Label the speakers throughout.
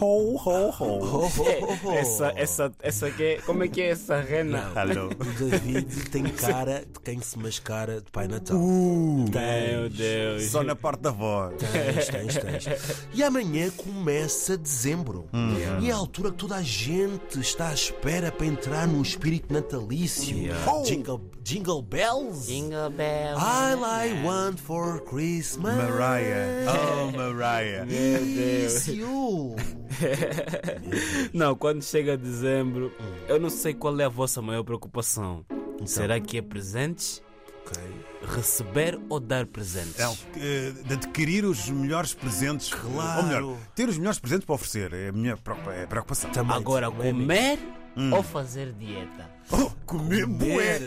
Speaker 1: ho, ho, ho.
Speaker 2: Oh, oh, oh.
Speaker 3: É, Essa, essa, essa que é. Como é que é essa rena?
Speaker 1: Alô.
Speaker 2: O David tem cara de quem se mascara de Pai Natal.
Speaker 3: Meu Deus.
Speaker 1: Uh, Só na parte da voz.
Speaker 2: Tens, tens, tens. E amanhã começa dezembro.
Speaker 1: Hum.
Speaker 2: E é a altura que toda a gente está à espera para entrar no espírito natalício.
Speaker 1: Oh!
Speaker 2: Jingle, jingle bells?
Speaker 3: Jingle bell.
Speaker 2: All I want for
Speaker 3: Ah.
Speaker 2: Christmas.
Speaker 1: Mariah. Oh,
Speaker 3: É.
Speaker 1: Mariah.
Speaker 3: Meu Deus.
Speaker 2: Is you.
Speaker 3: Não, quando chega dezembro, eu não sei qual é a vossa maior preocupação. Será que é presentes?
Speaker 2: Ok.
Speaker 3: Receber ou dar presentes?
Speaker 1: Não, eh, de adquirir os melhores presentes.
Speaker 2: Claro.
Speaker 1: Ou melhor, ter os melhores presentes para oferecer. É a minha preocupa- é a preocupação.
Speaker 2: Também,
Speaker 3: Agora,
Speaker 2: também.
Speaker 3: comer ou fazer dieta?
Speaker 1: Oh, comer bué.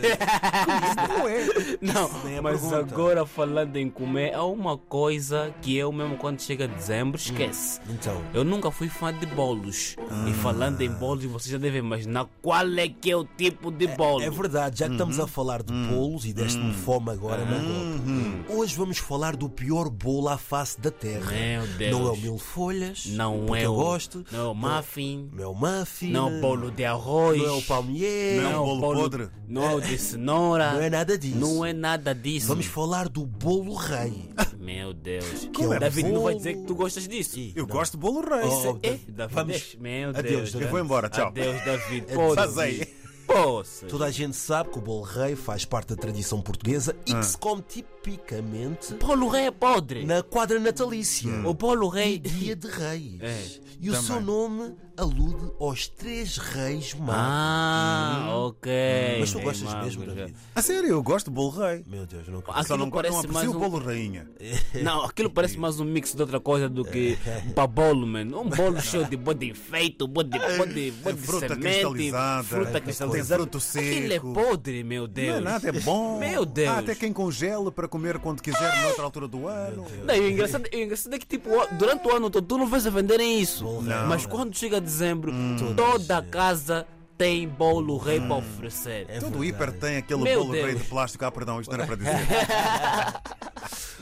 Speaker 3: Não,
Speaker 2: nem é
Speaker 3: mas
Speaker 2: pergunta.
Speaker 3: agora falando em comer, há uma coisa que eu mesmo quando chega dezembro esquece.
Speaker 2: Então,
Speaker 3: Eu nunca fui fã de bolos.
Speaker 2: Ah.
Speaker 3: E falando em bolos, vocês já devem imaginar qual é que é o tipo de bolo.
Speaker 2: é verdade, já que estamos
Speaker 3: Uhum.
Speaker 2: a falar de bolos e deste-me fome agora na
Speaker 3: Uhum.
Speaker 2: boca, hoje vamos falar do pior bolo à face da terra.
Speaker 3: Meu Deus.
Speaker 2: Não é o mil folhas,
Speaker 3: Não
Speaker 2: porque
Speaker 3: é o
Speaker 2: eu gosto,
Speaker 3: Não é o muffin.
Speaker 2: não é o muffin,
Speaker 3: Não é o bolo de arroz.
Speaker 2: não é o palmier,
Speaker 1: Não.
Speaker 3: é o
Speaker 1: bolo podre.
Speaker 3: Não é o de cenoura.
Speaker 2: Não é nada disso.
Speaker 3: Não é nada disso.
Speaker 2: Vamos falar do bolo rei.
Speaker 3: Meu Deus.
Speaker 2: Como é
Speaker 3: David, não vai
Speaker 2: bolo?
Speaker 3: dizer que tu gostas disso.
Speaker 1: Eu gosto de bolo rei.
Speaker 2: Oh,
Speaker 3: É,
Speaker 2: David,
Speaker 3: David.
Speaker 2: vamos.
Speaker 3: Meu Deus.
Speaker 2: Adeus, David.
Speaker 1: Eu vou embora, tchau.
Speaker 3: Adeus, David. Pô,
Speaker 1: Vazei.
Speaker 3: David. Poça.
Speaker 2: Toda a gente sabe que o bolo rei faz parte da tradição portuguesa
Speaker 3: Ah.
Speaker 2: e que se come tipicamente
Speaker 3: Paulo Rei é podre.
Speaker 2: na quadra natalícia.
Speaker 3: O Paulo
Speaker 2: E
Speaker 3: Rei.
Speaker 2: Dia de Reis.
Speaker 3: Hum. É,
Speaker 2: e o seu nome alude aos três reis magos.
Speaker 3: Ah, ok.
Speaker 2: Hum. Mas tu
Speaker 3: Ei,
Speaker 2: gostas
Speaker 3: mano,
Speaker 2: mesmo,
Speaker 3: já-
Speaker 2: David?
Speaker 1: A sério, eu gosto de bolo rei.
Speaker 2: Meu Deus, não
Speaker 3: Ah,
Speaker 2: consigo.
Speaker 1: Só não, gosto-
Speaker 3: Aquilo
Speaker 1: não
Speaker 3: parece mais
Speaker 1: aprecio
Speaker 3: um-
Speaker 1: o bolo rainha.
Speaker 3: Não, aquilo parece mais um mix de outra coisa do que
Speaker 1: É.
Speaker 3: para bolo, mano. Um bolo cheio de bode enfeito, bode de bode, bode de
Speaker 1: É, fruta
Speaker 3: semente,
Speaker 1: cristalizada,
Speaker 3: fruta cristalizada.
Speaker 1: deserto
Speaker 3: Aquilo é
Speaker 1: seco.
Speaker 3: podre, meu
Speaker 1: Não
Speaker 3: Deus.
Speaker 1: é nada, é bom.
Speaker 3: Meu Deus. Ah.
Speaker 1: Há até quem congela para comer quando quiser, noutra altura do ano.
Speaker 3: Não, e o engraçado, e o engraçado é que tipo, o- durante o ano todo tu não vais a venderem isso.
Speaker 2: Não.
Speaker 3: Mas quando chega dezembro,
Speaker 1: Hum.
Speaker 3: toda a casa tem bolo rei para oferecer.
Speaker 1: Todo o hiper tem aquele
Speaker 3: É Meu
Speaker 1: bolo rei
Speaker 3: Deus.
Speaker 1: de plástico. Ah, perdão, isto não era para dizer.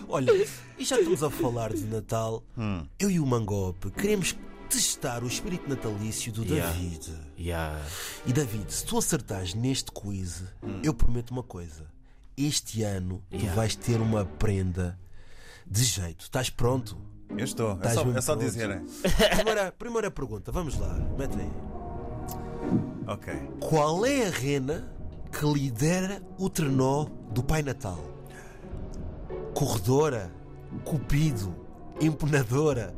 Speaker 2: Olha, e já estamos a falar de Natal.
Speaker 3: Hum.
Speaker 2: Eu e o Mangope queremos testar o espírito natalício do
Speaker 3: Yeah.
Speaker 2: David.
Speaker 3: Yeah.
Speaker 2: E David, se tu acertares neste quiz, eu prometo uma coisa. Este ano tu
Speaker 3: Hum. Yeah.
Speaker 2: vais ter uma prenda de jeito. Estás pronto?
Speaker 1: Eu estou, é
Speaker 3: Tá
Speaker 2: Estás
Speaker 1: só,
Speaker 2: mesmo
Speaker 1: é só
Speaker 2: pronto.
Speaker 1: dizerem.
Speaker 2: Primeira, primeira pergunta, vamos lá, mete aí.
Speaker 1: Ok.
Speaker 2: Qual é a rena que lidera o trenó do Pai Natal? Corredora, Cupido, Empunadora,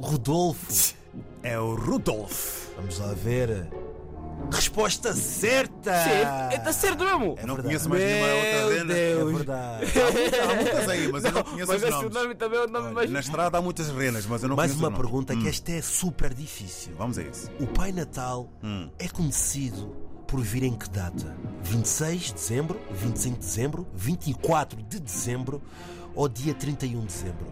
Speaker 2: Rodolfo.
Speaker 1: É o Rudolf.
Speaker 2: Vamos lá ver. Resposta certa!
Speaker 3: Sim, é- tá certo mesmo.
Speaker 1: Eu Ah. não
Speaker 2: verdade.
Speaker 1: conheço mais nenhuma
Speaker 3: Meu
Speaker 1: outra
Speaker 2: É
Speaker 3: Deus.
Speaker 1: rena.
Speaker 2: verdade.
Speaker 1: Há muitas aí, mas eu não conheço
Speaker 3: Mas
Speaker 1: os
Speaker 3: esse
Speaker 1: nomes.
Speaker 3: nome também é o nome mais.
Speaker 1: Na estrada há muitas renas, mas eu não
Speaker 2: Mais
Speaker 1: conheço
Speaker 2: uma
Speaker 1: os nomes.
Speaker 2: pergunta
Speaker 3: Hum.
Speaker 2: que esta é super difícil.
Speaker 1: Vamos a isso.
Speaker 2: O Pai Natal
Speaker 3: Hum.
Speaker 2: é conhecido por vir em que data? 26 de dezembro, 25 de dezembro, 24 de dezembro ou dia 31 de dezembro?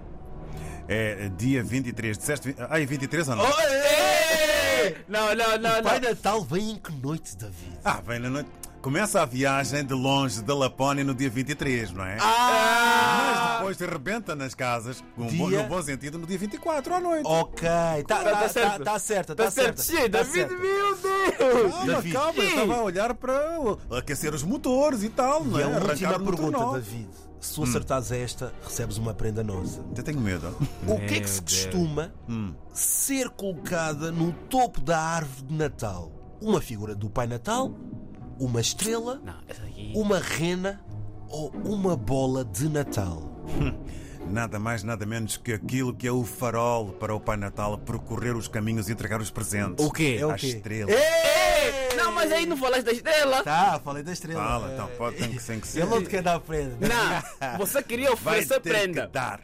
Speaker 1: É dia 23. Disseste. vi- Ai, 23 ou não?
Speaker 2: Oh!
Speaker 3: Ei! Não, não, não,
Speaker 2: Pai
Speaker 3: não.
Speaker 2: Natal vem em que noite, David?
Speaker 1: Ah, vem na noite. Começa a viagem de longe da Lapónia no dia 23, não é?
Speaker 3: Ah!
Speaker 2: Ah!
Speaker 1: Mas depois se rebenta nas casas, com bom,
Speaker 2: Dia-
Speaker 1: no bom sentido, no dia 24 à noite.
Speaker 2: Ok, tá, tá,
Speaker 3: Tá
Speaker 2: tá,
Speaker 3: certo.
Speaker 2: tá certa, tá,
Speaker 3: Tá certo, sim,
Speaker 2: tá
Speaker 3: David,
Speaker 2: certa.
Speaker 3: meu Deus.
Speaker 1: Calma, Ah, calma, eu
Speaker 3: Sim.
Speaker 1: estava a olhar para o- aquecer os motores e tal, não
Speaker 2: E
Speaker 1: é?
Speaker 2: a última
Speaker 1: Arrancar o
Speaker 2: pergunta,
Speaker 1: motor, não.
Speaker 2: David. Se tu
Speaker 3: Hum.
Speaker 2: acertares esta, recebes uma prenda nossa.
Speaker 1: Eu tenho medo.
Speaker 2: O que é que se costuma
Speaker 3: Hum.
Speaker 2: ser colocada no topo da árvore de Natal? Uma figura do Pai Natal, uma estrela,
Speaker 3: Não, essa aqui.
Speaker 2: uma rena ou uma bola de Natal?
Speaker 1: Nada mais, nada menos que aquilo que é o farol para o Pai Natal percorrer os caminhos e entregar os presentes.
Speaker 3: O quê?
Speaker 2: É o
Speaker 1: A
Speaker 2: quê?
Speaker 1: estrela.
Speaker 3: Ei! Não, mas aí não falaste da estrela. É.
Speaker 2: Tá, falei da estrela.
Speaker 1: Fala, então, pode, tem que, tem que ser.
Speaker 2: Ele não te quer dar prenda. né?
Speaker 3: Não, você queria
Speaker 1: Vai
Speaker 3: oferecer
Speaker 1: ter
Speaker 3: prenda.
Speaker 1: que dar.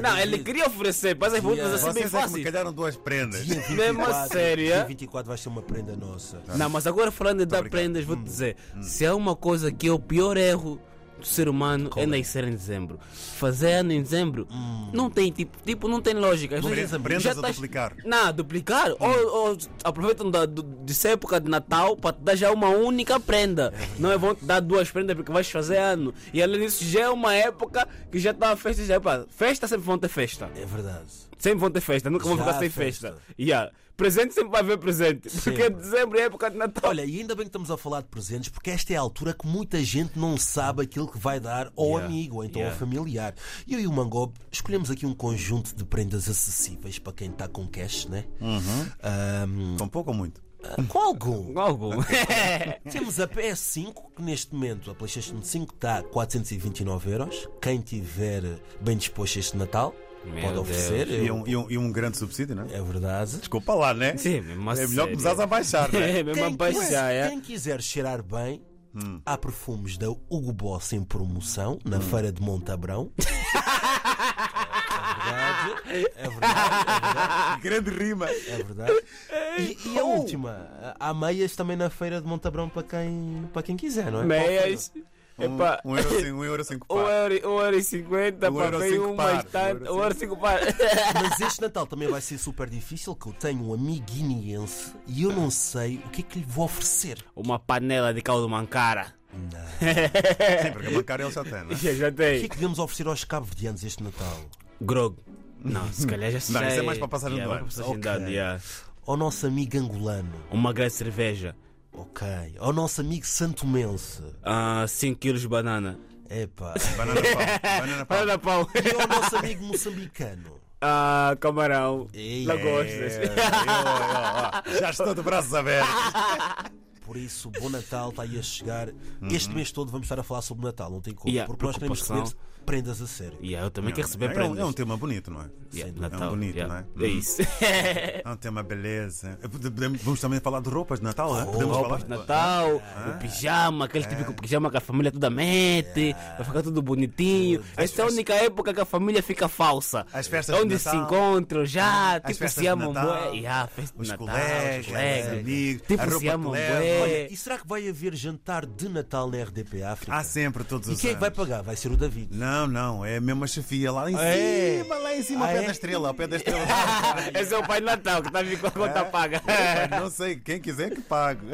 Speaker 3: Não, ele queria oferecer, mas as perguntas assim bem
Speaker 1: Vocês é que me
Speaker 3: fáceis.
Speaker 1: calharam duas prendas.
Speaker 2: Dia 24,
Speaker 3: Mesmo a sério,
Speaker 2: Dia
Speaker 3: é?
Speaker 2: 24 vai ser uma prenda nossa.
Speaker 3: Não, mas agora falando de dar prendas, vou-te dizer: se há uma coisa que é o pior erro do ser humano é nascer em dezembro. Fazer ano em dezembro não tem tipo, tipo, não tem lógica. As
Speaker 1: Não
Speaker 3: pessoas
Speaker 1: pre- prendas
Speaker 3: já
Speaker 1: a duplicar.
Speaker 3: Não, duplicar. Ou, ou aproveitam da, do, dessa época de Natal para te dar já uma única prenda. Não é vão te dar duas prendas porque vais fazer ano. E além disso, já é uma época que já está a festa. Já, pá, festa sempre vão ter festa.
Speaker 2: É verdade.
Speaker 3: Sempre vão ter festa, nunca vão
Speaker 2: Já
Speaker 3: ficar
Speaker 2: há
Speaker 3: sem
Speaker 2: festa.
Speaker 3: festa. Yeah. presente sempre vai haver presente. Porque
Speaker 2: Sempre.
Speaker 3: dezembro é época de Natal.
Speaker 2: Olha, e ainda bem que estamos a falar de presentes, porque esta é a altura que muita gente não sabe aquilo que vai dar ao
Speaker 3: Yeah.
Speaker 2: amigo ou então
Speaker 3: Yeah.
Speaker 2: ao familiar. Eu e o Mangob escolhemos aqui um conjunto de prendas acessíveis para quem está com cash, né?
Speaker 3: Uhum.
Speaker 2: Ahm,
Speaker 1: Com pouco ou muito?
Speaker 2: com algum.
Speaker 3: Algo.
Speaker 2: Temos a PS5, que neste momento a PlayStation 5 está a 429 euros. Quem tiver bem disposto este Natal
Speaker 3: Meu
Speaker 2: pode
Speaker 3: Deus.
Speaker 2: oferecer.
Speaker 1: E
Speaker 2: Eu-
Speaker 1: um, e um- e um grande subsídio, não é?
Speaker 2: É verdade.
Speaker 1: Desculpa lá, né?
Speaker 3: Sim, mas
Speaker 1: É melhor
Speaker 3: sério.
Speaker 1: começares a baixar, né?
Speaker 3: É mesmo a
Speaker 2: quiser-
Speaker 3: baixar, é.
Speaker 2: quem quiser cheirar bem, há perfumes da Hugo Boss em promoção na Feira de Montabrão. é verdade, é verdade,
Speaker 1: Grande rima.
Speaker 2: é verdade. E, e a última, há meias também na Feira de Montabrão para quem, para quem quiser, não é?
Speaker 3: Meias.
Speaker 1: Um,
Speaker 3: Epá.
Speaker 1: um euro cinco, um euro cinco
Speaker 3: Um
Speaker 1: pá.
Speaker 3: euro, um euro e cinquenta,
Speaker 1: Um
Speaker 3: para
Speaker 1: euro
Speaker 3: bem
Speaker 1: cinco
Speaker 3: um
Speaker 1: par.
Speaker 3: mais tarde.
Speaker 1: Um
Speaker 3: Um
Speaker 1: euro
Speaker 3: euro cinco par.
Speaker 2: Mas este Natal também vai ser super difícil, que eu tenho um amiguiniense e eu não sei o que é que lhe vou oferecer.
Speaker 3: Uma panela de caldo mancara.
Speaker 1: Sim, porque a bancária ele já tem, né?
Speaker 3: Já, já
Speaker 2: O que é
Speaker 3: tem.
Speaker 2: que devemos oferecer aos cabo-verdianos este Natal?
Speaker 3: Grog. Não, se calhar já se
Speaker 1: Não, isso é mais para passagem do ano.
Speaker 2: Ok. Ao nosso amigo angolano.
Speaker 3: Uma grande cerveja.
Speaker 2: Ok. Ao nosso amigo santomense.
Speaker 3: 5 Ah, quilos de banana.
Speaker 2: Epá.
Speaker 1: Banana pau. Banana pau.
Speaker 3: Olha, pau.
Speaker 2: E ao nosso amigo moçambicano.
Speaker 3: Ah, camarão.
Speaker 2: Ei,
Speaker 3: Lagostas.
Speaker 1: É, eu, eu, ó, já estou de braços abertos.
Speaker 2: Por isso, o bom Natal está aí a chegar. Este mês todo vamos estar a falar sobre o Natal, não tem como.
Speaker 3: Uhum. Yeah,
Speaker 2: porque nós queremos receber
Speaker 3: preocupação.
Speaker 2: prendas a sério.
Speaker 3: Yeah, eu também quero receber
Speaker 1: é, um,
Speaker 3: prendas.
Speaker 1: é um tema bonito, não é?
Speaker 3: Yeah,
Speaker 1: Sim,
Speaker 3: Natal,
Speaker 1: é um bonito,
Speaker 3: yeah.
Speaker 1: não é?
Speaker 3: É isso.
Speaker 1: É um tema beleza. É, pode- podemos- Vamos também falar de roupas de Natal, é? podemos
Speaker 3: Oh, Roupas de
Speaker 1: falar? Ah. É.
Speaker 3: Natal, o pijama, aquele típico pijama que a família toda mete,
Speaker 1: Ah.
Speaker 3: vai ficar tudo bonitinho. Essa é a única época que a família fica falsa.
Speaker 1: As festas de
Speaker 3: Onde
Speaker 1: Natal.
Speaker 3: se encontram já,
Speaker 1: As
Speaker 3: tipo
Speaker 1: festas
Speaker 3: se
Speaker 1: de
Speaker 3: amam
Speaker 1: Natal.
Speaker 3: bué. Yeah, festa de
Speaker 1: Os
Speaker 3: Natal,
Speaker 1: colegas,
Speaker 3: os colegas.
Speaker 1: os amigos, a
Speaker 3: Tipo
Speaker 1: roupa
Speaker 3: se amam
Speaker 1: que leva.
Speaker 3: bué.
Speaker 2: Olha,
Speaker 1: é
Speaker 2: e será que vai haver jantar de Natal na RDP África?
Speaker 3: Ah,
Speaker 1: Há sempre todos
Speaker 2: e
Speaker 1: os
Speaker 2: quem é que vai
Speaker 1: anos.
Speaker 2: pagar? Vai ser o David.
Speaker 1: Não, não, é a mesma chefia lá em
Speaker 3: Ah,
Speaker 2: É.
Speaker 1: cima, lá em cima, ao
Speaker 2: Ah,
Speaker 1: pé
Speaker 2: é?
Speaker 1: da estrela, ao pé da estrela.
Speaker 3: tá
Speaker 1: É.
Speaker 3: Esse é o pai de Natal que está a vir com a conta paga.
Speaker 1: Não sei, quem quiser que pague.